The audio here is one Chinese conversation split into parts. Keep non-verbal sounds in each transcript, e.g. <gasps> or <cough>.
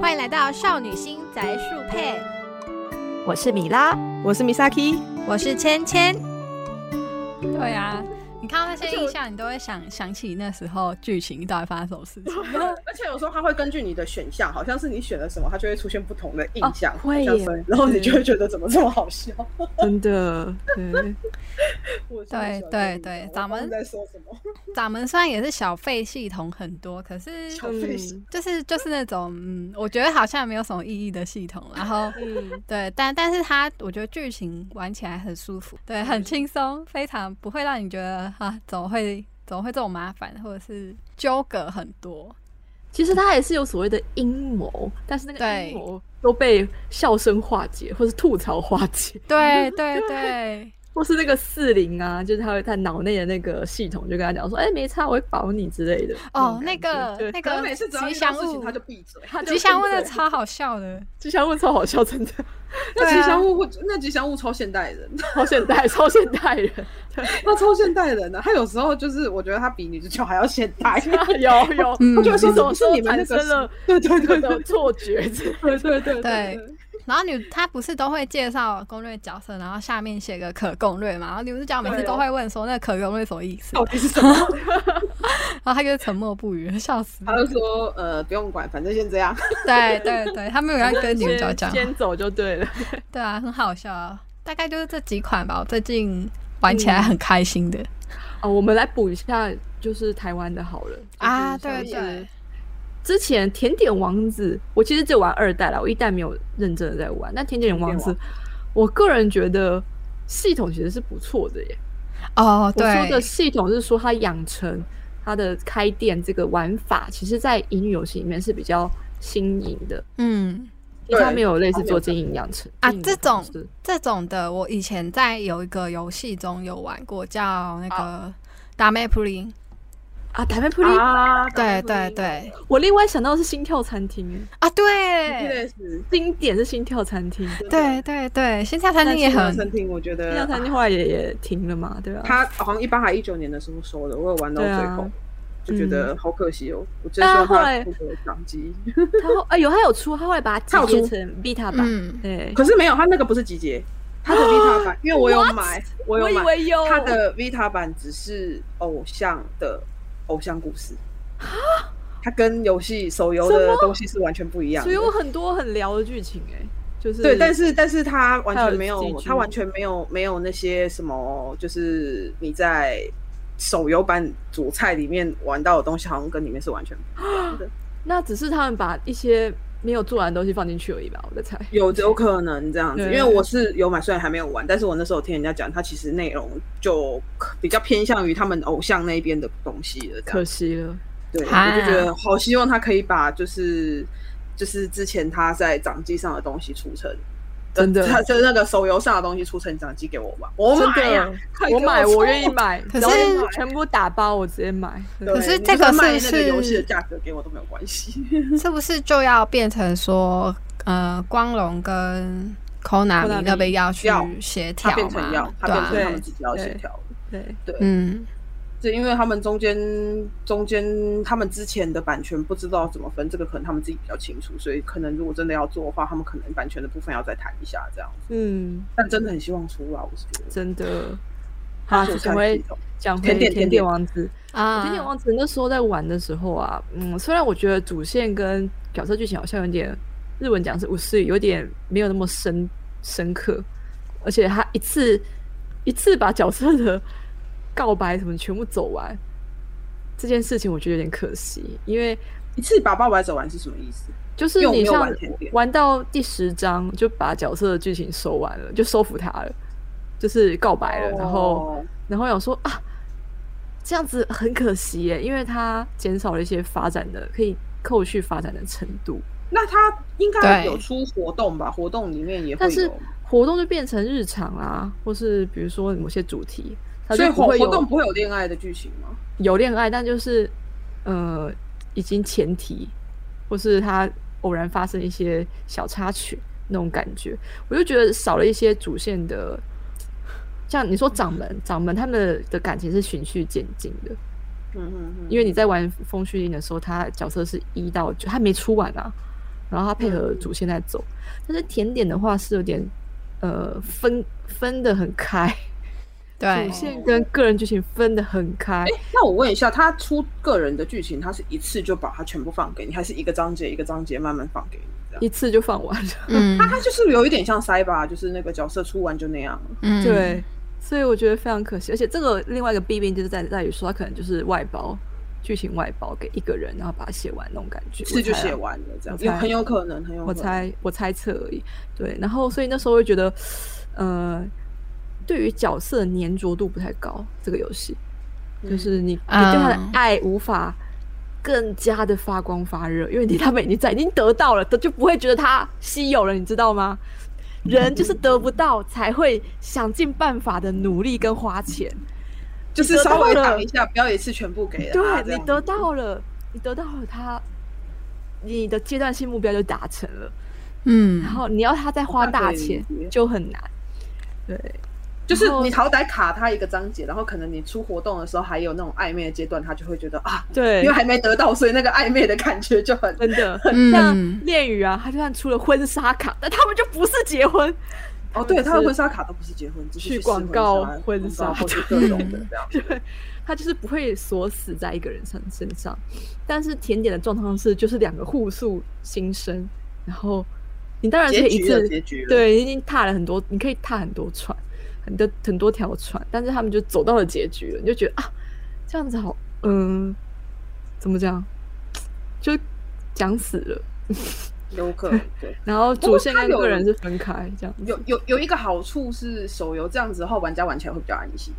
欢迎来到少女心宅树配，我是米拉，我是 Misaki，我是芊芊。对啊，你看到那些印象，你都会想想起那时候剧情到底发生什么事 <laughs> 情。而且有时候它会根据你的选项，好像是你选了什么，它就会出现不同的印象，哦会耶好像是然后你就会觉得怎么这么好笑。嗯真的，对，我真的喜欢对这对个咱们我忘记在说什么？咱们虽然也是小费系统很多，可是小费系就是就是那种嗯，我觉得好像没有什么意义的系统。<laughs> 然后嗯，对，但但是它我觉得剧情玩起来很舒服，嗯对，很轻松，非常不会让你觉得啊怎么会怎么会这种麻烦，或者是纠葛很多。其实他也是有所谓的阴谋，但是那个对阴谋都被笑声化解，或是吐槽化解， <laughs> <laughs> 对对对或是那个四零啊，就是他会他脑内的那个系统就跟他讲说，哎、没差，我会保你之类的。哦，种那感觉个对那可能个每次只要吉遇到祥事情，物他就闭嘴。他就吉祥物那对超好笑的，吉祥物超好笑，真的，那对啊吉祥物会，那吉祥物超现代人，超现代，超现代 <laughs> 人，他超现代人的、他有时候就是我觉得他比女主角还要现代。啊 <laughs> 有有，嗯他就会说你怎么是你们那产个生了 <laughs> 对对这对个对错 <laughs> 觉之类的？对对对对，然后女她不是都会介绍攻略角色，然后下面写个可攻略嘛，然后女主角每次对都会问说那可攻略什么意思，到底是什么？ <laughs> 然后她就沉默不语， <laughs> 笑死。他就说呃不用管，反正先这样。对对对，她没有要跟女主角讲先，先走就对了。对啊，很好笑啊。大概就是这几款吧，我最近玩起嗯来很开心的、哦，我们来补一下，就是台湾的好了啊，就是像对是对之前甜点王子，我其实只有玩二代啦，我一代没有认真的在玩。但甜点王子甜，我个人觉得系统其实是不错的耶。哦，我说的对系统是说它养成它的开店这个玩法，其实在乙女游戏里面是比较新颖的，嗯。就它没有类似它没有做经营养成啊经营这的方种式这种的，我以前在有一个游戏中有玩过，叫那个达妹普林。啊，台湾普利， <laughs> 啊，对对对，我另外想到的是心跳餐厅耶，啊，对，P.S. 经典是心跳餐厅。对啊对对，心跳餐但厅也是很餐厅，我觉心跳得餐厅后来也也停了嘛，对吧、他好像一八还一九年的时候收的，我有玩到对最啊嗯后，就觉得好可惜哦。我真但希他望后他来那个掌机，他后哎有他有出，他会把它它集有结出成 beta 版，嗯，对，可是没有，他那个不是集结，他的 Vita <gasps> 版，因为我有买，我有以买，为有他的 Vita 版只是偶像的偶像故事它跟游戏手游什的么东西是完全不一样所以有的。很多很聊的剧情哎、就是对，但是但是它完还全有没有， CG 它完全没有没有那些什么，就是你在手游版主菜里面玩到的东西，好像跟里面是完全不一样的。那只是他们把一些没有做完的东西放进去而已吧，我在猜。有有可能这样子，因对为我是有买，虽然还没有玩，但是我那时候听人家讲，它其实内容就比较偏向于他们偶像那边的东西了。这可样，惜了，对，啊我就觉得好希望他可以把就是就是之前他在掌机上的东西出成，呃真的他就是那个手游上的东西出成掌机给我玩，我真买呀、的，快给我买，抽我愿意。买，可只要是你全部打包，我直接买。对可是你这个就算卖是那不个是游戏的价格给我都没有关系，是不是就要变成说，呃，光荣跟 Konami Konami 那边要去要协它调变成嘛要，？它对变啊成，他们自己要协对调。对，嗯，对，因为他们中间中间他们之前的版权不知道怎么分，这个可能他们自己比较清楚，所以可能如果真的要做的话，他们可能版权的部分要再谈一下这样子。嗯，但真的很希望出啊，我是觉得。真的。啊，韭菜讲回系统讲回甜甜点点甜点王子，啊，嗯甜点王子那时候在玩的时候啊，嗯，虽然我觉得主线跟角色剧情好像有点，日文讲是五四，有点没有那么深深刻，而且他一次一次把角色的告白什么全部走完，这件事情我觉得有点可惜，因为一次把爸爸走完是什么意思？就是因为我你没有像玩甜点玩到第十章就把角色的剧情收完了，就收服他了，就是告白了，然后。哦然后有说啊，这样子很可惜耶，因为它减少了一些发展的可以后续发展的程度，那他应该对有出活动吧？活动里面也会但是有，活动就变成日常啦，或是比如说某些主题，它所以就不活会活有动不会有恋爱的剧情吗？有恋爱，但就是呃，已经前提，或是它偶然发生一些小插曲那种感觉，我就觉得少了一些主线的。像你说掌门，掌门他们的感情是循序渐进的，嗯嗯嗯，因为你在玩风序令的时候，他角色是一到九，他没出完啊，然后它配合主线在走。但是甜点的话是有点呃分分的很开，对主，线跟个人剧情分的很开。那我问一下，他出个人的剧情，他是一次就把它全部放给你，还是一个章节一个章节慢慢放给你这样？一次就放完了，嗯 <laughs> 他他就是有一点像塞吧，就是那个角色出完就那样。嗯，对，所以我觉得非常可惜。而且这个另外一个弊病就是在在于说，它可能就是外包剧情外包给一个人，然后把它写完那种感觉，一次就我猜啊写完了，这样我猜有很有可能，很有可能。我猜我猜测而已。对，然后所以那时候会觉得，呃，对于角色的粘着度不太高，这个游戏嗯就是你、嗯你对他的爱无法更加的发光发热，因为你 <laughs> 他们已经在已经得到了，他就不会觉得他稀有了，你知道吗？人就是得不到才会想尽办法的努力跟花钱，就是得到稍微了挡一下，不要一次全部给了他。啊对这你样得到了，你得到了他，你的阶段性目标就达成了。嗯然，后你要他再花大钱那可以理解就很难。对，就是然后你好歹卡他一个章节，然后可能你出活动的时候还有那种暧昧的阶段，他就会觉得啊，对因为还没得到，所以那个暧昧的感觉就很。真的，嗯像恋语啊，他就算出了婚纱卡，但他们就不是结婚，哦，对，他的是婚纱卡都不是结婚，只是去试广告婚婚纱或者各种的这样。 <laughs> 他就是不会锁死在一个人身身上。但是甜点的状况是，就是两个互诉心声，然后你当然可结以一局了，次结局了。，对，你已经踏了很多，你可以踏很多船，很多很多条船，但是他们就走到了结局了，你就觉得啊，这样子好，嗯，怎么讲，就讲死了。有可能。 <laughs> 对，然后不主过线它跟有个人是分开这样。有有有一个好处是，手游这样子的话，玩家玩起来会比较安心。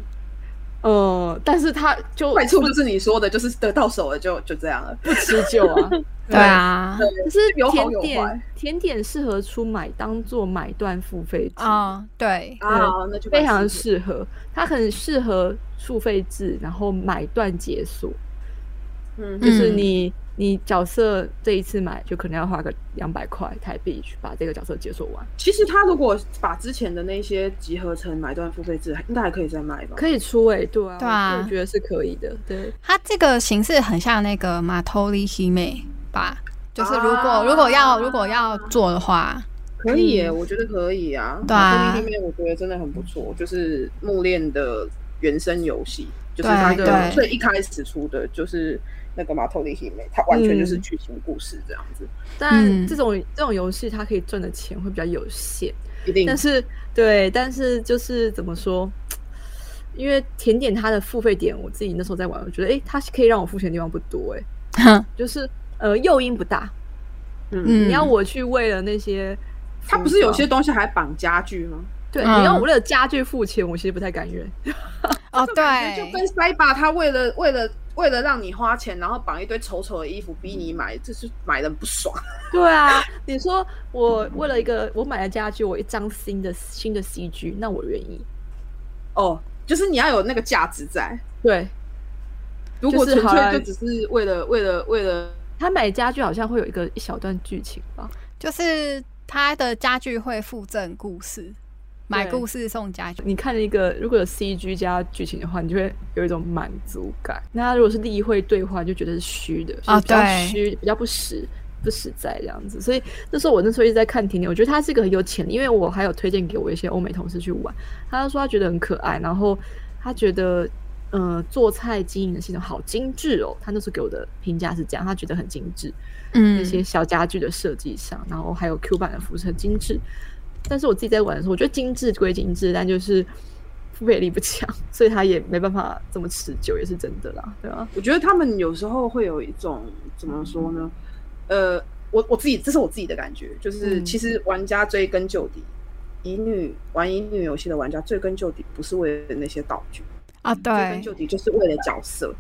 呃，但是它就坏处就是你说的，就是得到手了就就这样了。不持久啊。对啊，可是有好甜有坏点甜点适合出买当做买断付费制，啊，对，啊，那就非常是适合，它很适合付费制，然后买断解锁，嗯嗯就是你。你角色这一次买就可能要花个两百块台币去把这个角色解锁完，其实他如果把之前的那些集合成买断付费制，应该还可以再卖吧？可以出诶、对啊，对啊我觉得是可以的，对，它这个形式很像那个马头里希妹吧，就是如果、啊如果要如果要做的 <laughs> 话，可嗯以耶，我觉得可以啊。对啊这面我觉得真的很不错，就是木恋的原生游戏，就是对它的对最一开始出的，就是那个马头里希美，它完全就是剧情故事这样子，但嗯这种、这种游戏它可以赚的钱会比较有限，一定但是对，但是就是怎么说？因为甜点它的付费点，我自己那时候在玩，我觉得诶，它是可以让我付钱的地方不多诶，哦就是呃诱因不大。嗯，你要我去为了那些服它装，不是有些东西还绑家具吗？对，嗯你要我为了家具付钱，我其实不太甘愿。哦感哎对，觉就跟塞巴他为了为了为了让你花钱，然后绑一堆丑丑的衣服逼你买，这是买的不爽。对啊， <laughs> 你说我为了一个我买了家具，我一张新的新的 CG，那我愿意。哦，就是你要有那个价值在。对如果就是纯好粹啦就只是为了为了为了，他买家具好像会有一个一小段剧情吧？就是它的家具会附赠故事，买故事送家具，你看一个如果有 CG 加剧情的话，你就会有一种满足感。那如果是例会对话，你就觉得是虚的，啊就是比较对虚，比较不实。不实在这样子，所以那时候我那时候一直在看甜点，我觉得它是一个很有潜力，因为我还有推荐给我一些欧美同事去玩，他就说他觉得很可爱，然后他觉得呃做菜经营的系统好精致哦，他那时候给我的评价是这样，他觉得很精致，嗯那些小家具的设计上，然后还有 Q 版的服饰很精致。但是我自己在玩的时候，我觉得精致归精致，但就是付费力不强， <laughs> 所以它也没办法这么持久，也是真的啦，对吧、我觉得他们有时候会有一种怎么说呢？呃，我我自己这是我自己的感觉，就是嗯其实玩家追根究底，乙女玩乙女游戏的玩家追根究底不是为了那些道具，啊追根对究底就是为了角色。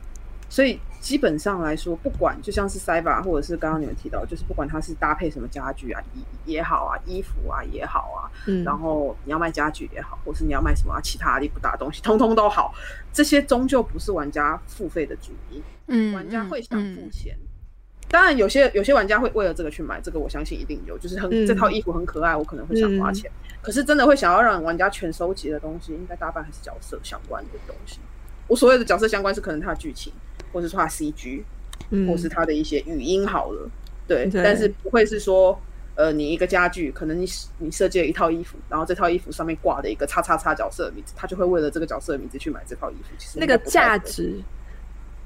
所以基本上来说，不管就像是 c y b e 或者是刚刚你们提到，就是不管它是搭配什么家具啊衣也好啊，衣服啊也好啊，嗯，然后你要卖家具也好，或是你要卖什么啊其他力不大的东西，通通都好，这些终究不是玩家付费的主因，嗯，玩家会想付嗯钱。当然，有些有些玩家会为了这个去买，这个我相信一定有。就是很、嗯这套衣服很可爱，我可能会想花钱。可是真的会想要让玩家全收集的东西，应该大半还是角色相关的东西。我所谓的角色相关是可能它的剧情，或是说它的 CG，嗯或是它的一些语音好了，对，对但是不会是说呃，你一个家具，可能你你设计了一套衣服，然后这套衣服上面挂的一个叉叉叉角色的名字，他就会为了这个角色的名字去买这套衣服。其实那个应该不太价会，值，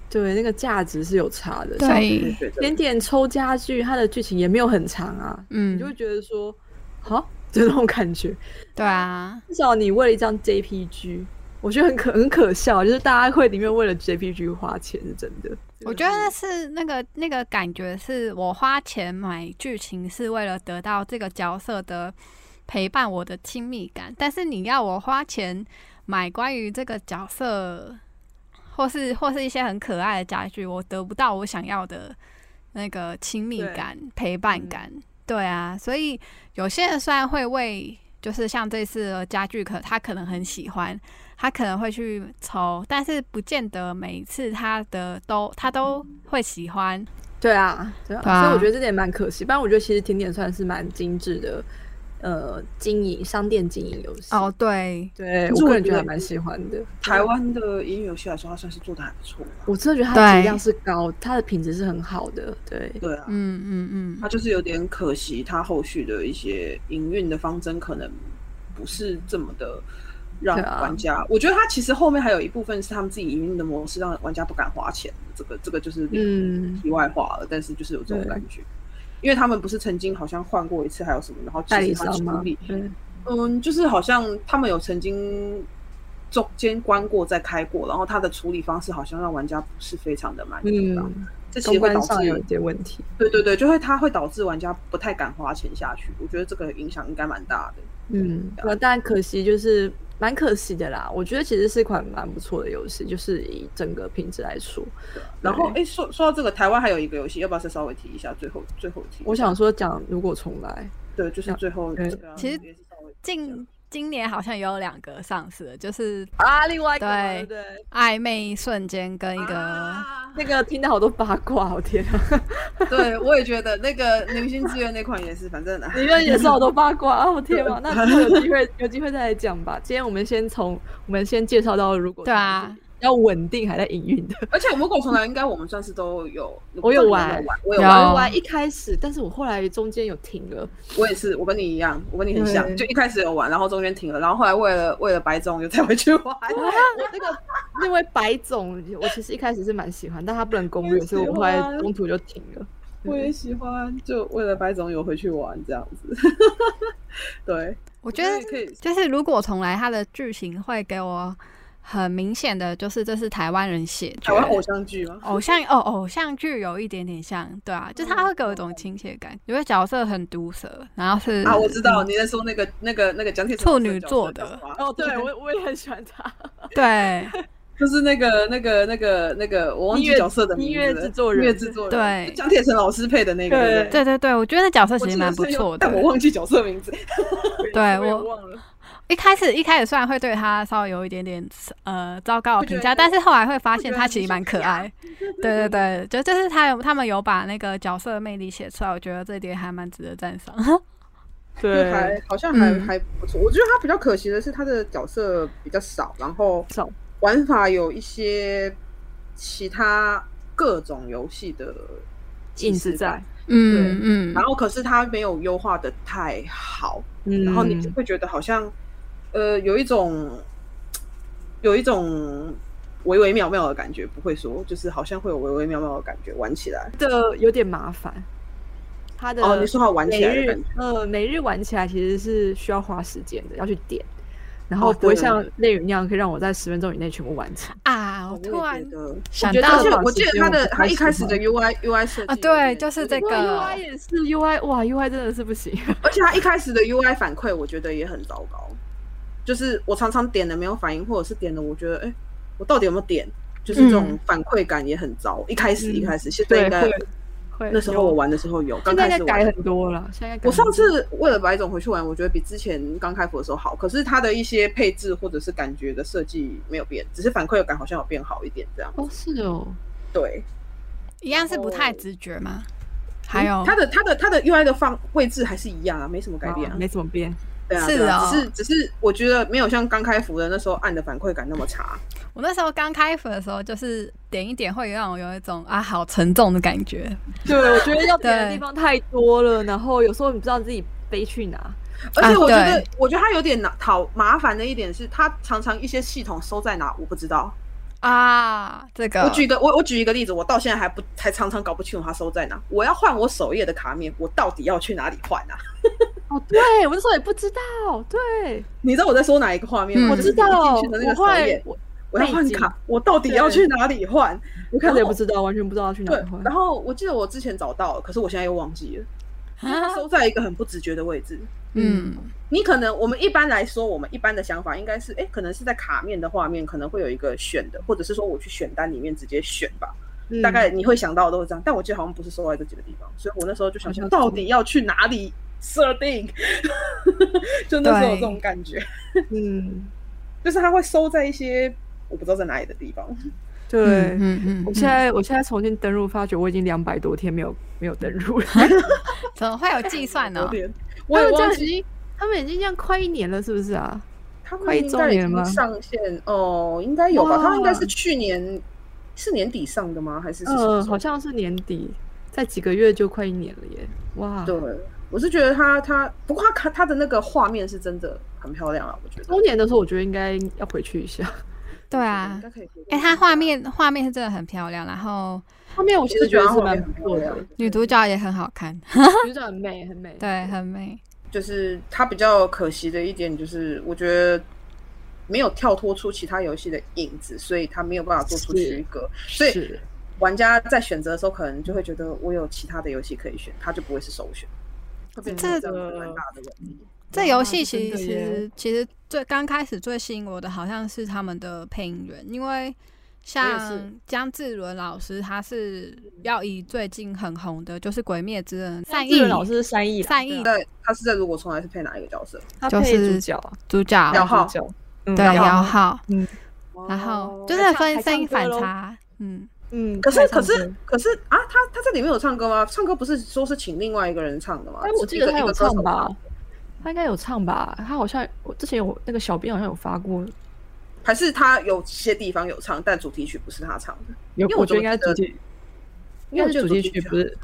对，那个价值是有差的。像对对，对对，点点抽家具，它的剧情也没有很长啊，你就会嗯，觉得说， <laughs> 好，就那种感觉。对啊，至少你为了一张 JPG，我觉得很可很可笑，就是大家会宁愿为了 JPG 花钱，是真的。我觉得那是那个那个感觉，是我花钱买剧情是为了得到这个角色的陪伴，我的亲密感。但是你要我花钱买关于这个角色，或是或是一些很可爱的家具，我得不到我想要的那个亲密感、陪伴感。对啊，所以有些人虽然会为，就是像这次的家具可他可能很喜欢，他可能会去抽，但是不见得每一次他的都他都会喜欢。对啊，对啊，对啊所以我觉得这点蛮可惜。不然我觉得其实甜点算是蛮精致的，呃，经营商店经营游戏。，哦，对，对可我是我个人觉觉得得还蛮喜欢的。台湾的音乐游戏来说，它算是做的还不错啊。我真的觉得它的对质量是高，它的品质是很好的。对，对啊，嗯嗯它嗯，就是有点可惜，它后续的一些营运的方针可能不是这么的让对啊玩家。我觉得它其实后面还有一部分是他们自己营运的模式让玩家不敢花钱，这个这个就是嗯题外话了。但是就是有这种对感觉，因为他们不是曾经好像换过一次，还有什么，然后其实代理他商处吗理？对，嗯，就是好像他们有曾经中间关过再开过，然后它的处理方式好像让玩家不是非常的满意吧。嗯，这其公实会关导上有致一点问题。对对对，就会它会导致玩家不太敢花钱下去，我觉得这个影响应该蛮大的。嗯，啊那但可惜就是蛮可惜的啦。我觉得其实是一款蛮不错的游戏，就是以整个品质来说。然后，哎，说说到这个，台湾还有一个游戏，要不要再稍微提一下？最后最后提一下，我想说讲如果重来，对，就是最后对这个啊其实也是稍微提一下近今年好像有两个上市了，就是《啊，另外一个嘛对对不对？暧昧瞬间》跟一个、啊 <laughs> 那个听到好多八卦，我天啊！对，我也觉觉得那个《明星志愿》那款也是，反正啊，里面也是好多八卦啊！我天 <laughs> 啊，那之后有机会有机会再来讲吧。今天我们先从我们先介绍到如果对啊，要稳定还在营运的，而且《魔狗重来》应该我们算是都有，我有不知道玩你有没有玩，我我有有玩，玩玩一开始，但是我后来中间有停了，我也是，我跟你一样，我跟你很像对，就一开始有玩，然后中间停了，然后后来为了为了白种又再回去玩，我那个那位白总，我其实一开始是蛮喜欢，但他不能攻 <laughs> 略，我也喜所以欢我后来中途就停了。我也喜欢，就为了白种有回去玩这样子， <laughs> 对。我觉得也可以，就是如果重来，它的剧情会给我很明显的，就是这是台湾人写台剧，湾偶像剧吗？偶像哦，偶像剧有一点点像，对嗯啊，就是它会给我一种亲切感，有些角色很毒舌，然后是啊，我知道你在说那个那个那个蒋铁石处女座的角色叫什么啊哦，对我我也很喜欢他，对就是那个那个那个那个我忘音记乐角色的名字音乐了制作人音乐制作人，对就蒋铁成老师配的那个，对不对对对对，我觉得那角色我其实记得蛮不是有错的但。我忘记角色名字。 <laughs> 对也我忘了。一开始一开始虽然会对他稍微有一点点呃糟糕的评价，会觉得但是后来会发现会觉得他其实蛮可爱。对对对，就就是他有他们有把那个角色的魅力写出来，我觉得这一点还蛮值得赞赏。就对，还好像还、嗯还不错。我觉得他比较可惜的是他的角色比较少，然后少玩法有一些其他各种游戏的影子既视感在，嗯嗯然，后可是他没有优化的太好，嗯然后你就会觉得好像呃有一种有一种。微微妙妙的感觉，不会说，就是好像会有微微妙妙的感觉，玩起来。的有点麻烦。他的哦，你说好玩每起来的感日觉，呃每日玩起来其实是需要花时间的，要去点，然后哦不会对像内容那样可以让我在十分钟以内全部完成。啊，我我也突然觉得想觉得到而且了我记得他的他一开始的时 UI UI 设计啊有对点就是有点这个怪 UI 也是 UI，哇，UI 真的是不行。而且他一开始的 UI 反馈，我觉得也很糟糕。就是我常常点了没有反应，或者是点了我觉得，哎、我到底有没有点？就是这种嗯反馈感也很糟。一开始嗯一开始，现在应该会会那时候我玩的时候有，刚现在开应始该玩改的时候很多了，现在应该改我上很多次为了白种回去玩，我觉得比之前刚开服的时候好，可是它的一些配置或者是感觉的设计没有变，只是反馈感好像有变好一点这样。哦是哦，对，一样是不太直觉嘛，还有嗯它的它的它的 UI 的方位置还是一样啊，没什么改变啊。没怎么 <laughs> 变。对啊，是对啊哦只是只是我觉得没有像刚开服的那时候按的反馈感那么差。我那时候刚开服的时候，就是点一点会让我有一种啊好沉重的感觉，对，我觉得要点的对地方太多了，然后有时候你不知道自己飞去哪。啊而且我觉得，对我觉得它有点恼讨麻烦的一点是，它常常一些系统收在哪我不知道。啊，这个嗯我举个我我举一个例子，我到现在还不还常常搞不清楚它收在哪。我要换我首页的卡面，我到底要去哪里换啊？ <laughs> 哦，对我那时候也不知道，对，你知道我在说哪一个画面嗯吗？我或者是知你进道，去的那个我首页会，，我我要换背景卡，我到底要去哪里换？我看着也不然后知道，完全不知道去哪对里换，。然后我记得我之前找到了，可是我现在又忘记了，啊收在一个很不直觉的位置。嗯你可能我们一般来说，我们一般的想法应该是，哎，可能是在卡面的画面可能会有一个选的，或者是说我去选单里面直接选吧。嗯大概你会想到的都是这样，但我记得好像不是收在这几个地方，所以我那时候就想好像想是到底要去哪里设定， <laughs> 就那时候有这种感觉，嗯，就是它会收在一些我不知道在哪里的地方。对。嗯嗯，我现在我现在重新登录，发觉我已经两百多天没有没有登录了。嗯怎么会有计算有呢？点， <laughs> 我他也们这忘样记已经他们已经这样快一年了，是不是啊？他快们一应周该已年了经吗上线哦，应该有吧？他们应该哇是去年是年底上的吗？还是是什么呃，时候好像是年底，在几个月就快一年了耶！哇，对，我是觉得他他不过他他的那个画面是真的很漂亮啊，我觉得。周年的时候，我觉得应该要回去一下。对啊应该，可以。哎、它画面画面是真的很漂亮，然后后面我我其实觉觉得它是画面蛮很不漂错的亮，，女主角也很好看，女主角很美，很美。对，很美。就是它比较可惜的一点就是，我觉得没有跳脱出其他游戏的影子，所以它没有办法做出是区隔，所以是，玩家在选择的时候可能就会觉得我有其他的游戏可以选，它就不会是首选，会变成这这样子蛮大的问题。这哇游戏这真其的实耶其实最刚开始最吸引我的好像是他们的配音员，因为像江志伦老师，他是要以最近很红的，就是《鬼灭之刃》善意志伦老师是善意啦，善意对啊在他是在如果重来是配哪一个角色？他就配主是角啊，主角姚浩主角，嗯对姚浩嗯姚浩，然哦后就还是唱分还声音唱反歌咯差，嗯，嗯，可是他可唱是歌，可是啊，他他在里面有唱歌吗？唱歌不是说是请另外一个人唱的吗？但哎我记一个得他一有个歌手唱吧，他应该有唱吧，他好像我之前有那个小编好像有发过，还是他有些地方有唱，但主题曲不是他唱的。有因为我我觉得应怎么该记得主题，应因为该是主我记得主题题曲曲不是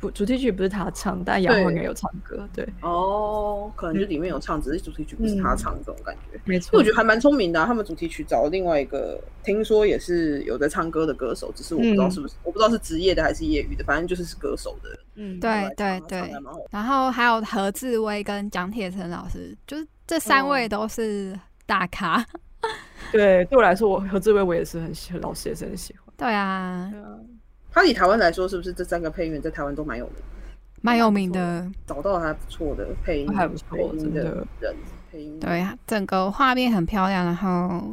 不主题曲不是他唱，但姚浩对应该有唱歌，对，哦，可能就里面有唱，只是主题曲不是他唱这种感觉。没所以错嗯我觉，得还蛮聪明的啊、他们主题曲找了另外一个，听说也是有在唱歌的歌手，只是我不知道嗯是不是，我不知道是职业的还是业余的，反正就是是歌手的人嗯，对来唱啊唱对得还蛮好然后还有何志威跟蒋铁成老师，就是这三哦位都是大咖， <laughs> 对，对我来说，我何志伟我也是很喜，老师也是很喜欢，对啊，嗯他以台湾来说，是不是这三个配音员在台湾都蛮有名的？蛮有名的。找到还不错的配音，还不错配音真的的人，配音对，整个画面很漂亮，然后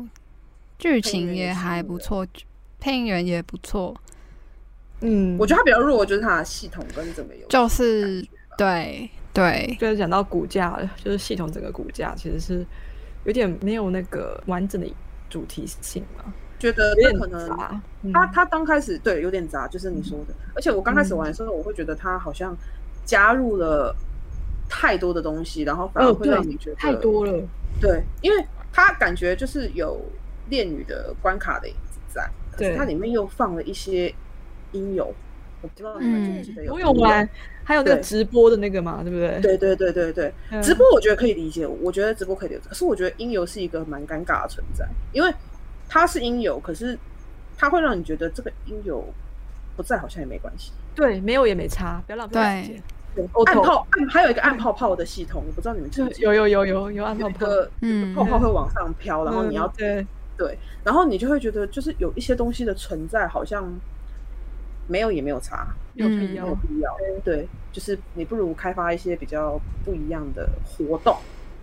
剧情也还不错，配音员也不错，嗯，我觉得他比较弱，就是他的系统跟整个游戏就是对对就是讲到骨架了，就是系统整个骨架其实是有点没有那个完整的主题性嘛，觉得有他点可能杂。嗯他他刚开始对有点杂，就是你说的。而且我刚开始玩的时候，我会觉得他好像加入了太多的东西，然后反而哦会对让你觉得太多了，对，因为他感觉就是有恋女的关卡的影子在，可是对它里面又放了一些音游，我不知道你们记不记得嗯有我音有游玩。，还有那个对直播的那个嘛，对不对？对对对对对，嗯直播我觉得可以理解，我觉得直播可以理解，可是我觉得音游是一个蛮尴尬的存在，因为它是音游，可是它会让你觉得这个音游不在好像也没关系。对，没有也没差，不要浪费时间。对， Auto 暗炮暗还有一个暗泡泡的系统，我不知道你们记不就记得有有有有有按有泡一泡，个嗯泡泡会往上飘，然后你要嗯对然后你就会觉得就是有一些东西的存在好像没有也没有差，有必要没有。必要。对，就是你不如开发一些比较不一样的活动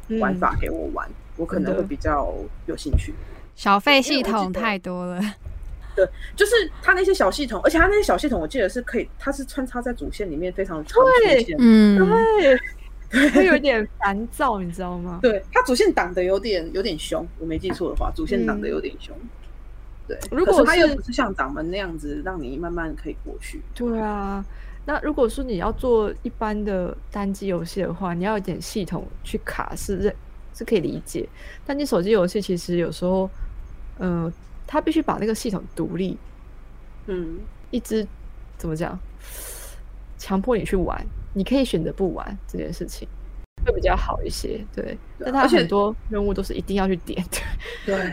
嗯玩法给我玩，我可能真的会比较有兴趣。小费系统太多了，就是它那些小系统，而且它那些小系统，我记得是可以，它是穿插在主线里面非常常出对现。嗯， <laughs> 对，会有点烦躁，你知道吗？对，它主线挡的有点有点凶，我没记错的话，主线挡的有点凶。对，嗯如果可是它又是不是像掌门那样子，让你慢慢可以过去。对啊，那如果说你要做一般的单机游戏的话，你要有点系统去卡是认是可以理解，但你手机游戏其实有时候，呃，它必须把那个系统独立，嗯，一直怎么讲，强迫你去玩，你可以选择不玩这件事情，会比较好一些。对，对但啊它而且很多任务都是一定要去点的， <laughs> 对。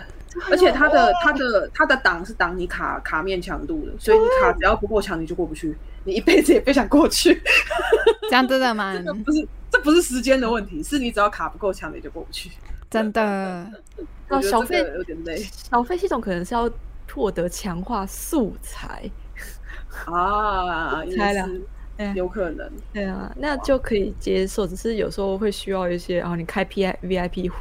而且它的它的它的档是挡你卡卡面强度的，所以你卡只要不过强你就过不去，你一辈子也别想过去。 <laughs> 这样真的蛮这个不是这不是时间的问题，是你只要卡不够强你就过不去。真的，我哦觉小得费这个有点累小费系统可能是要获得强化素材。啊，也猜了是嗯有可能。对啊，那就可以接受，只是有时候会需要一些，然啊后你开 P I V I P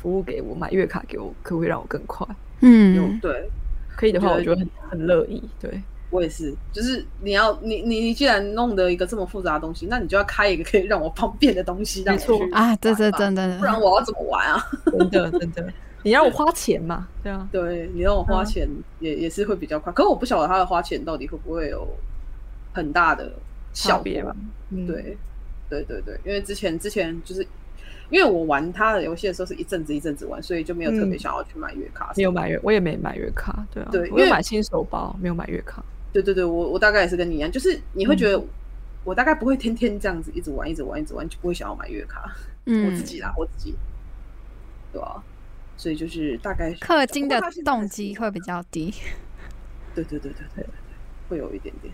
服务给我，买月卡给我，可不可以让我更快？有嗯，对可以的话，我我觉觉得得很很乐意。对，我也是，就是你要你你你既然弄得一个这么复杂的东西，那你就要开一个可以让我方便的东西，让我没错去啊，这这玩吧真的不然我要怎么玩啊？真的真的，你让我花钱嘛？对啊，对你让我花钱也、也是会比较快，可是我不晓得他的花钱到底会不会有很大的 <laughs> 效小果别嘛。，嗯，对，对对对，因为之前之前就是因为我玩他的游戏的时候是一阵子一阵子玩，所以就没有特别嗯想要去买月卡什么的。没有买月，我也没买月卡。对啊，对我有因为买新手包，没有买月卡。对对对，我我大概也是跟你一样，就是你会觉得嗯我大概不会天天这样子一直玩一直玩一直玩，就不会想要买月卡。我自嗯，己啦，我自己，对啊，所以就是大概氪金的不过它现在还动是机会比较低。对对对对对对对，会有一点点。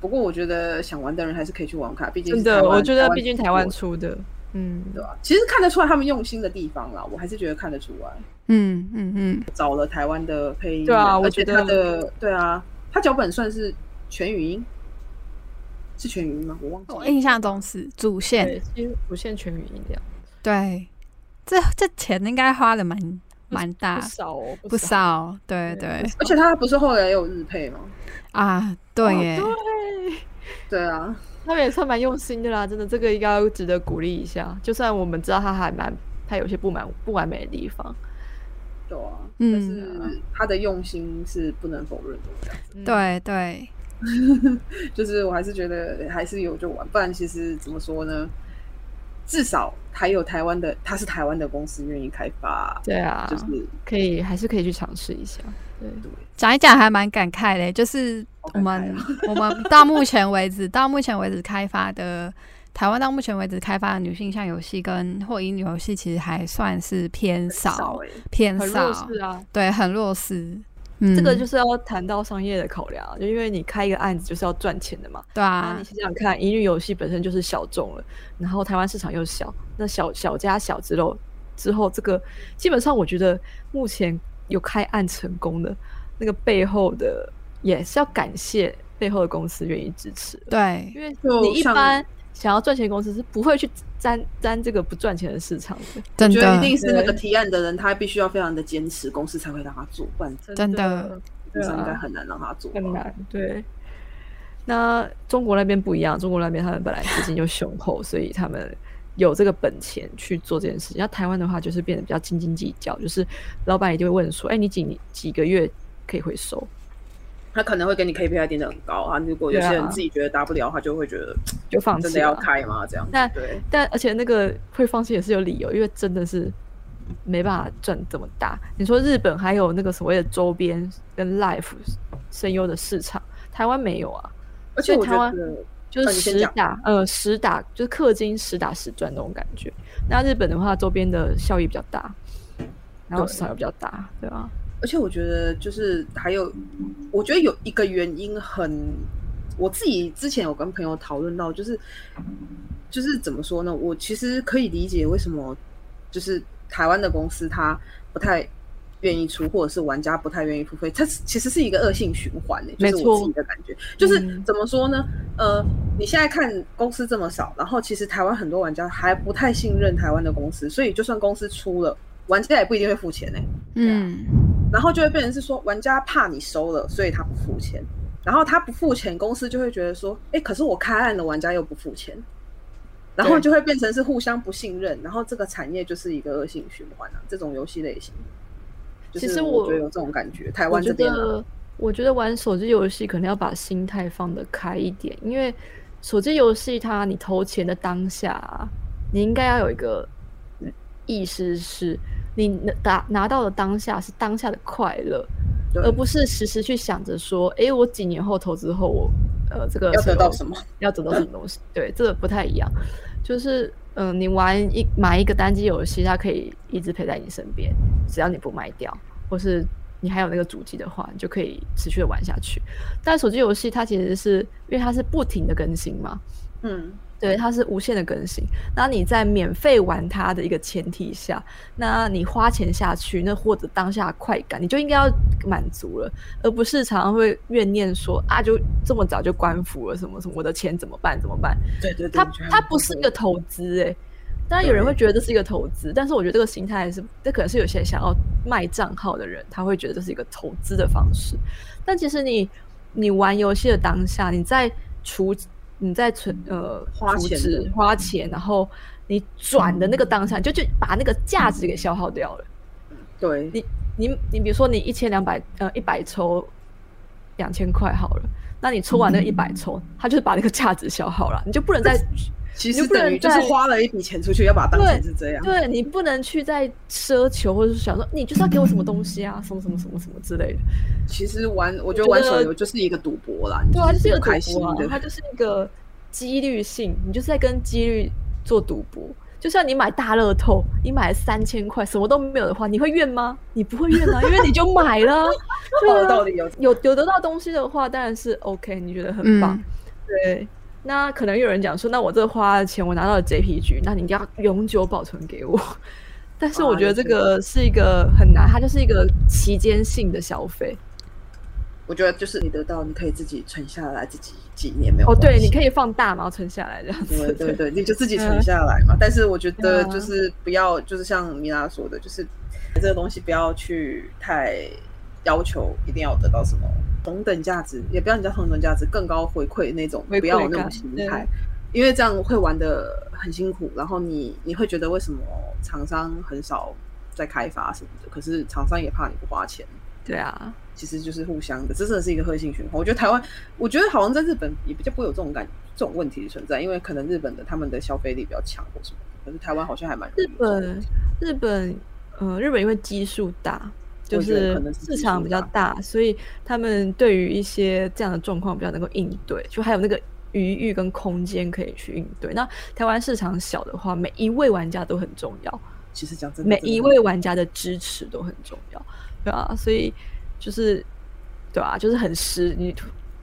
不过我觉得想玩的人还是可以去玩卡，毕竟真是台的，湾我觉得毕竟出台湾过的出的，嗯，对吧、其实看得出来他们用心的地方啦，我还是觉得看得出来，嗯嗯嗯，找了台湾的配音员，对啊而我且觉得他的对啊，他脚本算是全语音，是全语音吗？我忘记了哦我哎印象中是主线，对，其实无限全语音量对，这这钱应该花的蛮蛮大不，少哦，不少，对对而且他不是后来也有日配吗？啊，对哦耶，对。对啊，他们也算蛮用心的啦，真的，这个应该要值得鼓励一下。就算我们知道他还蛮，他有些不满不完美的地方，对啊，嗯但是他的用心是不能否认的，这样嗯，对对，就是我还是觉得还是有就玩，不然其实怎么说呢？至少还有台湾的，他是台湾的公司愿意开发，对啊，就是可以还是可以去尝试一下。对，讲一讲还蛮感慨的，就是好我感慨们我们到目前为止，到目前为止开发的台湾到目前为止开发的女性向游戏跟或音游戏，其实还算是偏少少哎、偏很弱少势，啊，对，很弱势。嗯，这个就是要谈到商业的考量，啊就因为你开一个案子就是要赚钱的嘛。对啊，啊你，想想看，乙女游戏本身就是小众了，然后台湾市场又小，那小小加小之后，之后这个基本上我觉得目前有开案成功的那个背后的也是要感谢背后的公司愿意支持，对因为就你一像般想要赚钱的公司是不会去沾沾这个不赚钱的市场的，真觉得一的定是啊那个提案的人，他必须要非常的坚持，公司才会让他做，不然真的公对啊司应该很难让他做吧。很难，对。那中国那边不一样，中国那边他们本来资金就雄厚，所以他们有这个本钱去做这件事情。那台湾的话，就是变得比较斤斤计较，就是老板一定会问说：“哎、你几几个月可以回收他可能会给你 KPI 定的很高啊，如果有对啊些人自己觉得达不了，他就会觉得？”就放真弃的要了。开吗？这样子那对但而且那个会放弃也是有理由，因为真的是没办法赚这么大。你说日本还有那个所谓的周边跟 life 声优的市场，台湾没有啊，而且我所以台觉湾得就哦是你先实讲打，呃，实打就是氪金实打实赚那种感觉。那日本的话，周边的效益比较大，然后对市场也比较大，对啊吧、而且我觉得就是还有，我觉得有一个原因很，我自己之前有跟朋友讨论到，就是就是怎么说呢？我其实可以理解为什么就是台湾的公司它不太愿意出，或者是玩家不太愿意付费，它是其实是一个恶性循环呢、没就是我错自己的感觉，就是嗯怎么说呢？呃，你现在看公司这么少，然后其实台湾很多玩家还不太信任台湾的公司，所以就算公司出了，玩家也不一定会付钱呢、欸嗯，然后就会变成是说，玩家怕你收了，所以他不付钱。然后他不付钱，公司就会觉得说，哎，可是我开案的玩家又不付钱，然后对就会变成是互相不信任，然后这个产业就是一个恶性循环啊。这种游戏类型，就其是实我我觉得有这种感觉，台我湾觉这边啊得，我觉得玩手机游戏可能要把心态放得开一点，因为手机游戏它你投钱的当下啊，你应该要有一个意识是，你拿拿拿到的当下是当下的快乐，对呃而不是时时去想着说，诶，我几年后投资后我呃这个要得到么。什么？要得到什么东西。对，这个不太一样。就是嗯、呃你玩一买一个单机游戏，它可以一直陪在你身边，只要你不卖掉，或是你还有那个主机的话，你就可以持续的玩下去。但手机游戏它其实是因为它是不停的更新嘛，嗯，对，它是无限的更新。那你在免费玩它的一个前提下，那你花钱下去，那获得当下的快感，你就应该要满足了，而不是常常会怨念说啊，就这么早就关服了，什么什么，我的钱怎么办？怎么办？对对对，它我觉得它还不是一个投资哎、当然有人会觉得这是一个投资，但是我觉得这个心态是，这可能是有些想要卖账号的人，他会觉得这是一个投资的方式。但其实你你玩游戏的当下，你在除你在存呃花储钱值的嗯花钱，然后你转的那个当下，你就就把那个价值给消耗掉了。对，你你你比如说你一千两百呃一百抽两千块好了，那你抽完那一嗯百抽，它就是把那个价值消耗了，你就不能再其你实就不能等于就是再花了一笔钱出去，要把它当成对是这样。对你不能去再奢求，或者是想说你就是要给我什么东西啊，什么什么什么什么之类的。其实玩，我觉我觉得玩手得游就是一个赌博啦，对啊，你就是一个是不赌开心博啊，它的，就是一个几率性，你就是在跟几率做赌博。就像你买大乐透，你买三千块，什么都没有的话，你会怨吗？你不会怨啊，因为你就买了啊。 <laughs> 好对有啊道理哦有。有有得到东西的话，当然是 OK，你觉得很棒。嗯对，那可能有人讲说，那我这花的钱我拿到了 JPG，那你一定要永久保存给我。 <laughs> 但是我啊觉得有这这个个是一个很难，它就是一个期间性的消费。我觉得就是你得到，你可以自己存下来，自己几年没有哦，对，关系你可以放大，然后存下来这样子。对对对，你就自己嗯存下来嘛。但是我觉对啊得就是不要，就是像米拉说的，就是这个东西不要去太要求一定要得到什么同等价值，也不要人家同等价值更高回馈那种，回馈不要有那种感心态，因为这样会玩的很辛苦，然后你你会觉得为什么厂商很少在开发什么的，可是厂商也怕你不花钱。 <laughs> 对啊，其实就是互相的，这真的是一个恶性循环。我觉得台湾，我觉得好像在日本也比较不会有这种感这种问题存在，因为可能日本的他们的消费力比较强或什么的，可是台湾好像还蛮容易日有这种本日本呃，日本因为基数大，就我觉得是可能是市基场数比较大，所以他们对于一些这样的状况比较能够应对，就还有那个余裕跟空间可以去应对。那台湾市场小的话，每一位玩家都很重要，其实讲真的，每真的一位玩家的支持都很重要，对啊，所以就是对啊，就是很实你。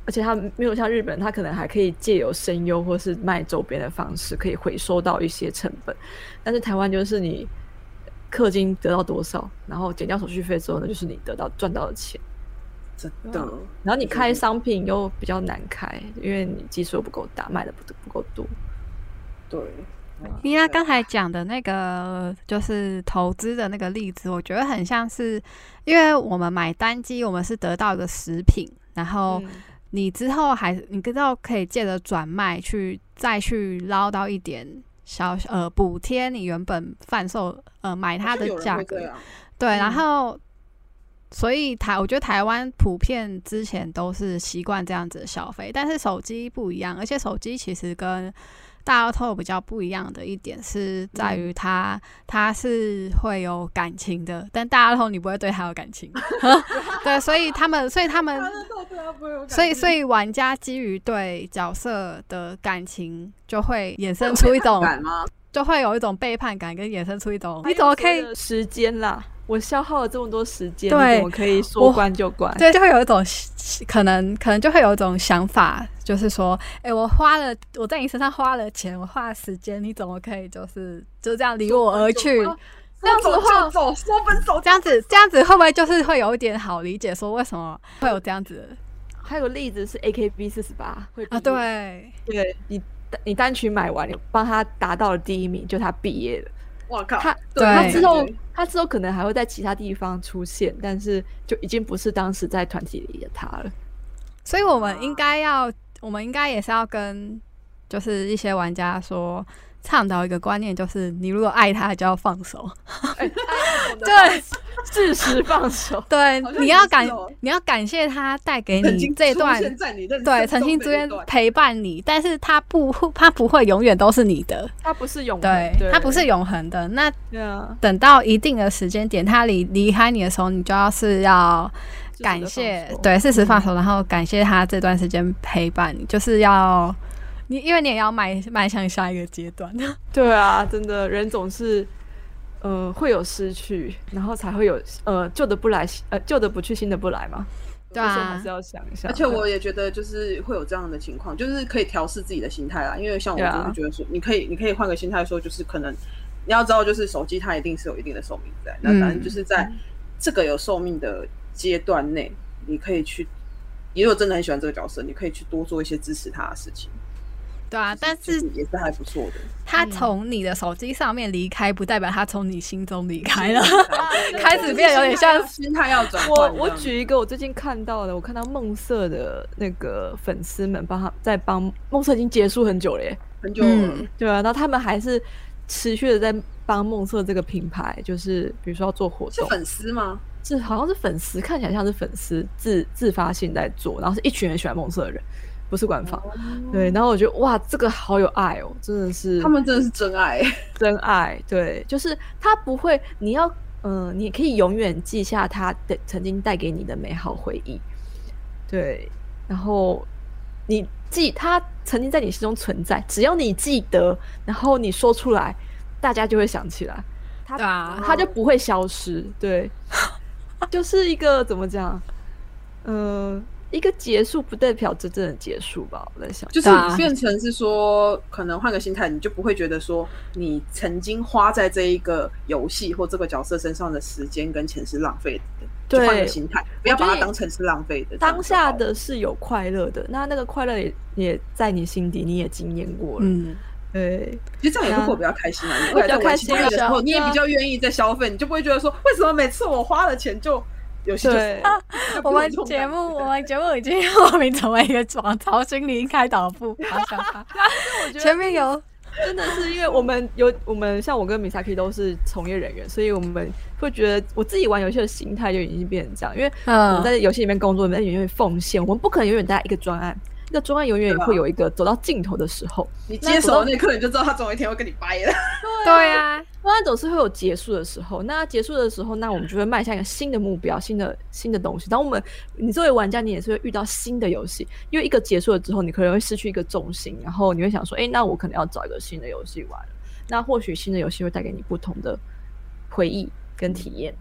而且它没有像日本，它可能还可以借由声优或是卖周边的方式，可以回收到一些成本。但是台湾就是你氪金得到多少，然后减掉手续费之后呢，就是你得到赚到的钱。真对啊的，然后你就是开商品又比较难开，因为你基数又不够大，卖的不不够多。对，米娜刚才讲的那个就是投资的那个例子，我觉得很像是，因为我们买单机，我们是得到一个食品，然后嗯你之后还你知道可以借着转卖去再去捞到一点小呃补贴你原本贩售呃买它好像的有人价会格这，样对，然嗯后所以台我觉得台湾普遍之前都是习惯这样子的消费，但是手机不一样，而且手机其实跟大乐透比较不一样的一点是在于它、它是会有感情的，但大乐透你不会对它有感情，对，所以他们所以他们大乐透对啊不会有感所以，觉所以玩家基于对角色的感情，就会衍生出一种，敢吗？就会有一种背叛感，跟衍生出一种，哦还你有怎么所可谓以？的时间啦？我消耗了这么多时间，对我可以说我关就关。对，就会有一种可能，可能就会有一种想法，就是说，哎、我花了，我在你身上花了钱，我花了时间，你怎么可以就是就这样离我而去？这样子的话，走说分手，这样子，这样子会不会就是会有一点好理解，说为什么会有这样子还有个例子是 AKB 四十八会的啊？毕业对，对你你单曲买完，你帮他达到了第一名，就他毕业了。我靠，他对他对之后他之后可能还会在其他地方出现，但是就已经不是当时在团体里的他了。所以我们应该要，我们应该也是要跟就是一些玩家说倡导一个观念，就是你如果爱他就要放 <laughs> 手，哎 <laughs> 对适时放 <laughs> 手。对好，像你也要是感哦你要感谢他带给曾你经这段出现在 <laughs> 你认识对曾经之间陪伴你，但是他不 <laughs> 他不会永远都是你的，它不是永恒对，对他不是永恒的。那对啊，等到一定的时间点，他离离开你的时候，你就要是要适时地感谢放手，嗯对，适时放手，然后感谢他这段时间陪伴你，就是要你，因为你也要迈迈向下一个阶 <laughs> 段。对啊，真的人总是呃会有失去，然后才会有呃旧的不来，呃旧的不去，新的不来嘛。对所以还啊是，要想一下。而且我也觉得，就是会有这样的情况，就是可以调试自己的心态啦。因为像我，对啊就是觉得说，你可以，你可以换个心态说，就是可能你要知道，就是手机它一定是有一定的寿命在，那嗯反正就是在这个有寿命的阶段内，你可以去，你如果真的很喜欢这个角色，你可以去多做一些支持他的事情。对啊，但就是也是还不错的。 <laughs> 他从你的手机上面离开，不代表他从你心中离开了。嗯开开始变得有点像啊心态要 <laughs> 转我换。我这样举一个我最近看到的，我看到梦色的那个粉丝们帮他在帮梦色已经结束很久了耶，很久了，嗯对啊，然后他们还是持续的在帮梦色这个品牌，就是比如说要做活是动，粉丝吗？是好像是粉丝，看起来像是粉丝自自发性在做，然后是一群人喜欢梦色的人，不是官方。哦对，然后我觉得哇，这个好有爱哦，真的是他们真的是真爱。真爱。对，就是他不会，你要嗯、你可以永远记下他的曾经带给你的美好回忆。对，然后你记他曾经在你心中存在，只要你记得，然后你说出来，大家就会想起来， <laughs> 对啊，他就不会消失。对，就是一个怎么讲，嗯、一个结束不代表真正的结束吧，我在想。就是对啊变成是说，可能换个心态，你就不会觉得说你曾经花在这一个游戏或这个角色身上的时间跟钱是浪费的。就换个对心态，不要把我觉它得当成是浪费的。当下这样就好了的是有快乐的，那那个快乐也也在你心底，你也经验过了。嗯，对，其实这样也会过得比较开心啊。你未来在会比较玩开其心他的时候，啊你也比较愿意在消费，你就不会觉得说为什么每次我花了钱就有些就是对就不我会有们这种节感觉目，我们节目已经莫名成为一个广潮心灵开导部，好想 <laughs> 法我觉得前面有真的是因为我们有我们像我跟米萨 K 都是从业人员，所以我们会觉得我自己玩游戏的心态就已经变成这样，因为我们嗯在游戏里面工作，我们在里面奉献，我们不可能永远待在一个专案，一个专案永远也对啊会有一个走到尽头的时候，你接手的那一刻，你就知道他总有一天会跟你掰 <laughs> 了。对啊，专案总是会有结束的时候。那结束的时候，那我们就会迈向一个新的目标、新的新的东西。当我们你作为玩家，你也是会遇到新的游戏，因为一个结束了之后，你可能会失去一个重心，然后你会想说，哎、那我可能要找一个新的游戏玩了。那或许新的游戏会带给你不同的回忆跟体验。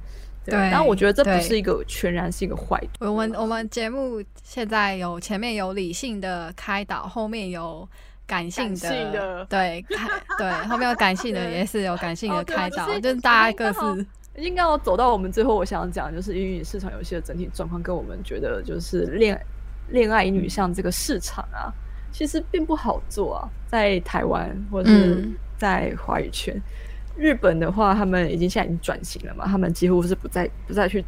对然后我觉得这对不是一个全然是一个坏的，我们我们节目现在有前面有理性的开导，后面有感性的，感性的对开对，后面有感性的也是有感性的哦对开导，就是就是大家前面各刚好自应该要走到我们最后，我想讲就是英语市场游戏的整体状况，跟我们觉得就是恋恋爱女向这个市场啊，其实并不好做啊，在台湾或者是嗯在华语圈。日本的话，他们已经现在已经转型了嘛，他们几乎是不再不再去，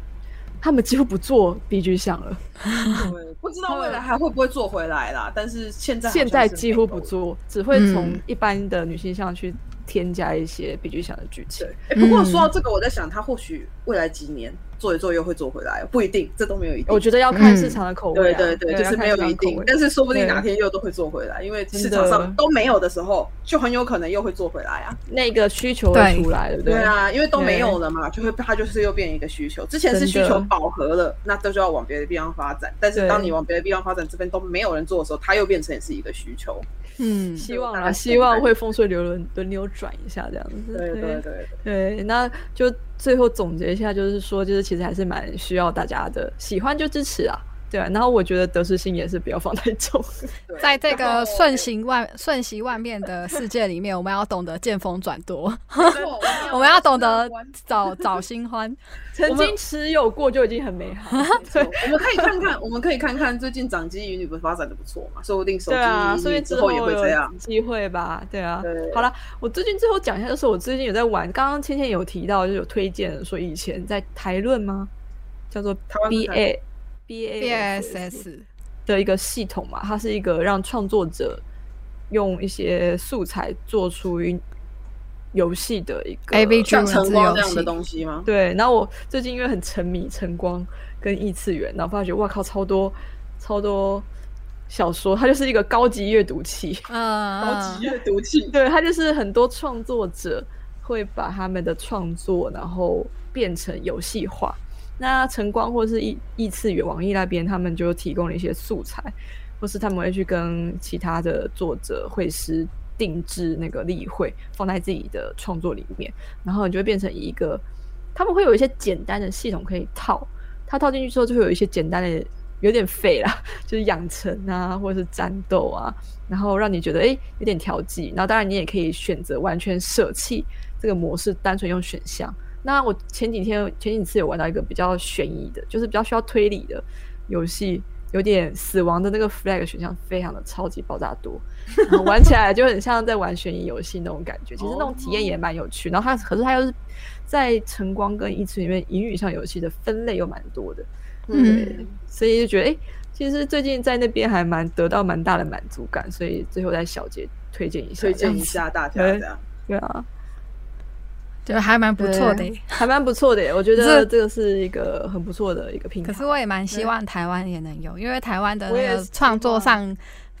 他们几乎不做 B G 项了，对，不知道未来还会不会做回来啦。但是现在好像现是在几乎没不有了。做，只会从嗯一般的女性向去添加一些 B G 项的剧情。哎、不过说到这个，我在想，他或许未来几年做一做又会做回来，不一定，这都没有一定。我觉得要看嗯市场的口味对啊、对对，就要是看没有市场一的口定味，但是说不定对哪天又都会做回来，因为市真的场上都没有的时候，就很有可能又会做回来啊。那个需求会出来，对不对？对啊，因为都没有了嘛，就会它就是又变一个需求。之前是需真的求饱和了，那这就要往别的地方发展。但是对当你往别的地方发展，这边都没有人做的时候，它又变成也是一个需求。嗯，希望大概啊，是希望会风水轮轮轮流转一下这样子。对对对对。嗯对，那就最后总结一下，就是说，就是其实还是蛮需要大家的喜欢就支持啊，对啊。然后我觉得得失心也是不要放太重， <laughs> 对在这然个后瞬息万瞬息万变的世界里面，我们要懂得见风转舵，没错 <laughs> 我们要懂得乐观找找新 <laughs> 欢。曾经持有过就已经很美好。没 <laughs> 错我们可以看看，我们可以看看最近掌机与女不是发展的不错嘛，说不定手对啊，机所以之后后也会这样有。机会吧，对啊。对好了，我最近最后讲一下，就是我最近有在玩，刚刚芊芊有提到，就是有推荐说以前在台论吗？叫做台湾论 B 坛 A B A BSS 的一个系统嘛，它是一个让创作者用一些素材做出于游戏的一个 AV 剧剧本。像文晨字光游这样的戏，东西吗？对，然后我最近因为很沉迷晨光跟异次元，然后发觉哇靠，超多超多小说，它就是一个高级阅读器。高嗯，级阅读器，对，它就是很多创作者会把他们的创作然后变成游戏化。那晨光或是异异次元网易那边，他们就提供了一些素材，或是他们会去跟其他的作者、绘师定制那个例会，放在自己的创作里面，然后你就会变成一个，他们会有一些简单的系统可以套，它套进去之后就会有一些简单的，有点废啦，就是养成啊，或者是战斗啊，然后让你觉得诶有点调剂。然后当然你也可以选择完全舍弃这个模式，单纯用选项。那我前几天前几次有玩到一个比较悬疑的，就是比较需要推理的游戏，有点死亡的那个 flag 选项非常的超级爆炸多，然后玩起来就很像在玩悬疑游戏那种感觉。其实那种体验也蛮有趣。然后它可是它又是在晨光跟异次元里面引语上游戏的分类又蛮多的，嗯，所以就觉得诶，其实最近在那边还蛮得到蛮大的满足感，所以最后在小杰推荐一下，推荐一这样下大家对这样。子，对啊，就还蛮不错的对耶。还蛮不错的耶，我觉可是得这个是一个很不错的一个平台。可是我也蛮希望台湾也能有，因为台湾的我也那个希创作望上，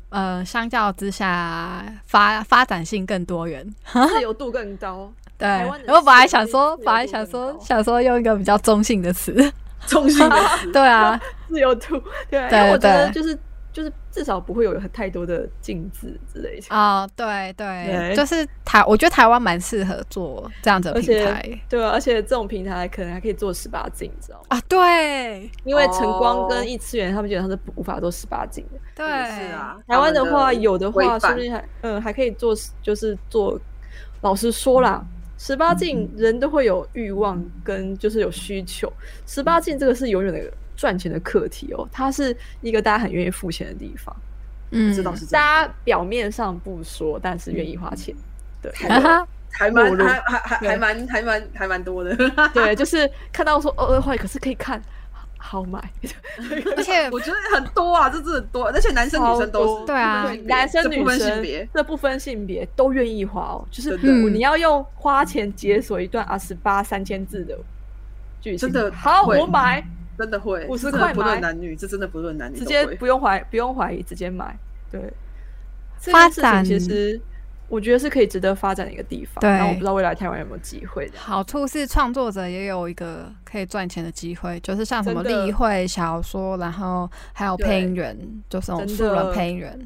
呃，相较之下发发展性更多元。自由度更高，对，湾的然后本来社想会说，自由本来度想更说，高想说用一个比较中性的词。 <laughs> 中 <laughs> 性的词，对啊，自由度对，啊对因为我觉得对就是就是至少不会有很太多的禁止之类的。哦，对对，对就是台，我觉得台湾蛮适合做这样子的而平且台对啊，而且这种平台可能还可以做十八禁，你知道吗？啊，对因为晨光哦跟异次元他们基本上是不无法做十八禁的。对，是啊。台湾的话，有的规话范说不定还嗯还可以做，就是做。老实说啦，十八禁嗯人都会有欲望跟就是有需求，十八禁这个是永远的赚钱的课题哦，它是一个大家很愿意付钱的地方，嗯，这倒是真的，大家表面上不说，但是愿意花钱。对，啊嗯哈，还蛮裸露还还还对还蛮还蛮还蛮多的。 <laughs> <laughs> 对，就是看到说哦，坏，可是可以看，好买。 <laughs> 而且我觉得很多啊，这真的很多，而且男生女生超都多是，对啊不分性别男生这女不分性生别，这不分性别都愿意花哦，就是真的嗯我你要用花钱解锁一段啊十八三千字的剧情，真的好会我买，真的会， 50这真的块不论买男女，这真的不论男女直都接会，不用怀不用怀疑，直接买，对。这发件事情其展实我觉得是可以值得发展的一个地方，对然后我不知道未来台湾有没有机会的。好处是创作者也有一个可以赚钱的机会，就是像什么真的例会小说，然后还有对配音员，就是那种真素人的配音员，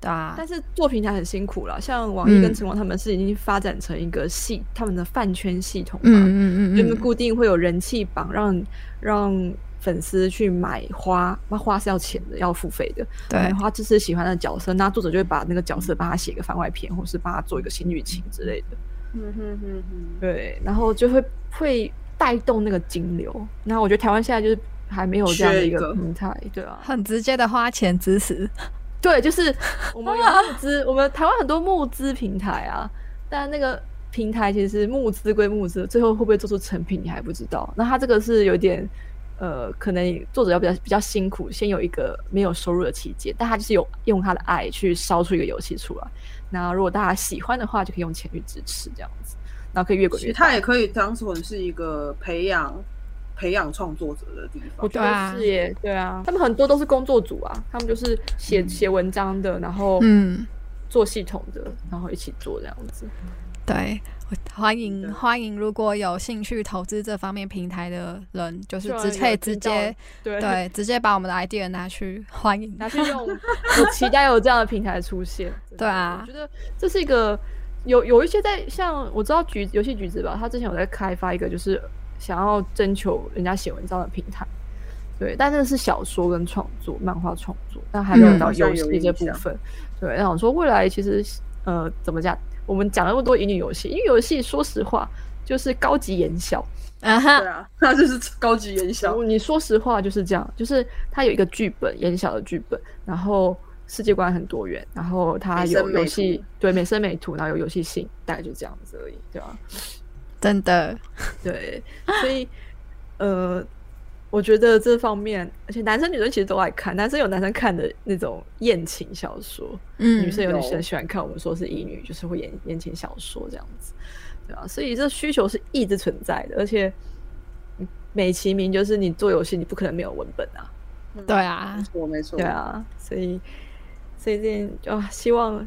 对啊，但是做平台很辛苦了，像网易跟嗯晨光他们是已经发展成一个系，他们的饭圈系统嘛，嗯嗯嗯就是嗯，固定会有人气榜，让让粉丝去买花，那花是要钱的，要付费的。买对，花支持喜欢的角色，那作者就会把那个角色帮他写一个番外篇，或是帮他做一个新剧情之类的。嗯哼哼哼，对，然后就会会带动那个金流。那我觉得台湾现在就是还没有这样的一缺一个个平台，对啊，很直接的花钱支持，哦对，就是我们有募 <laughs> 资，我们台湾很多募资平台啊，但那个平台其实募资归募资，最后会不会做出成品你还不知道。那它这个是有点，呃，可能作者要比较比较辛苦，先有一个没有收入的期间，但他就是有用他的爱去烧出一个游戏出来。那如果大家喜欢的话，就可以用钱去支持这样子，然后可以越滚其越实大它。也可以当成是一个培养培养创作者的地我方。觉对啊得是耶，对啊，他们很多都是工作组啊，他们就是写写文章的，然后嗯，做系统的，然后一起做这样子。对。欢迎对欢迎！如果有兴趣投资这方面平台的人，就是对啊直有可以人直知道接对对直接把我们的 idea 拿去欢迎。拿去 <laughs> 用。我期待有这样的平台出现。真的对啊我觉得这是一个有有一些在像我知道橘游戏橘子吧，他之前有在开发一个就是想要征求人家写文章的平台。对，但这是小说跟创作、漫画创作，但还没有嗯到好像游有戏印这部象分。对，那我说未来其实呃怎么讲？我们讲了那么多乙女游戏，因为游戏说实话就是高级言销，啊哈对，啊，那就是高级元宵然后。你说实话就是这样，就是它有一个剧本，演小的剧本，然后世界观很多元，然后它美有声美游戏图，对，美声美图，然后有游戏性，大概就这样子而已，对吧、真的， <laughs> 对，所以呃，我觉得这方面，而且男生女生其实都爱看，男生有男生看的那种言情小说，嗯女生有女生有喜欢看我们说是乙女，就是会言言情小说这样子，对啊，所以这需求是一直存在的，而且嗯美其名就是你做游戏，你不可能没有文本啊，对啊没，错没错，对，啊，所以所以这件啊，希望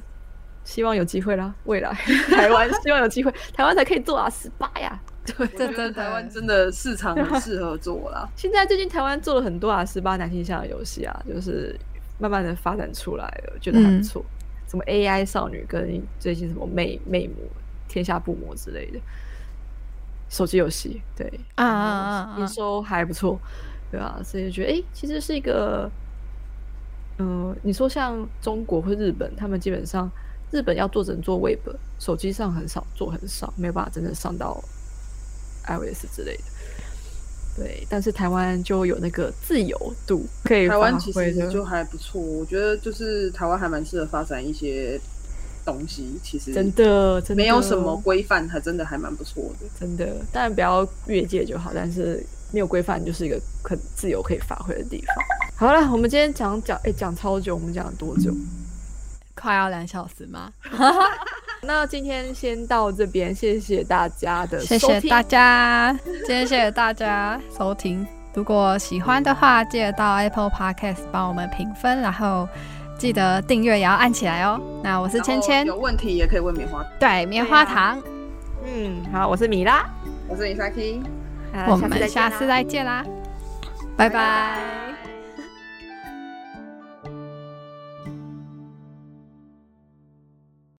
希望有机会啦，未来 <laughs> 台湾希望有机会，台湾才可以做啊，十八呀， <laughs> 对。这真台湾的真的市场很适合做啦。现在最近台湾做了很多啊十八男性向的游戏啊，就是慢慢的发展出来了，觉得还不错。什么 AI 少女跟最近什么魅魅魔、天下不魔之类的手机游戏，对啊啊啊嗯啊营收还不错，对啊，所以就觉得哎、诶其实是一个，嗯、你说像中国或日本，他们基本上日本要做只能做 Web，手机上很少做，很少没有办法真的上到 iOS 之类的。对，但是台湾就有那个自由度，可以台湾发其挥实的就还不错，我觉得就是台湾还蛮适合发展一些东西，其实真的真的没有什么规范，还真的还蛮不错的。真的，当然不要越界就好，但是没有规范就是一个很自由可以发挥的地方。好了，我们今天讲讲，哎、讲超久，我们讲了多久？快要两小时吗？那今天先到这边，谢谢大家的收谢听，谢大家，今天谢谢大家收听。如果喜欢的话，记得到 Apple Podcast 帮我们评分，然后记得订阅也要按起来哦。那我是芊芊然后，有问题也可以问棉花，对，棉花糖，嗯，好，我是米拉，我是 Isaki。啊我下次再们见下啦次再见啦，拜拜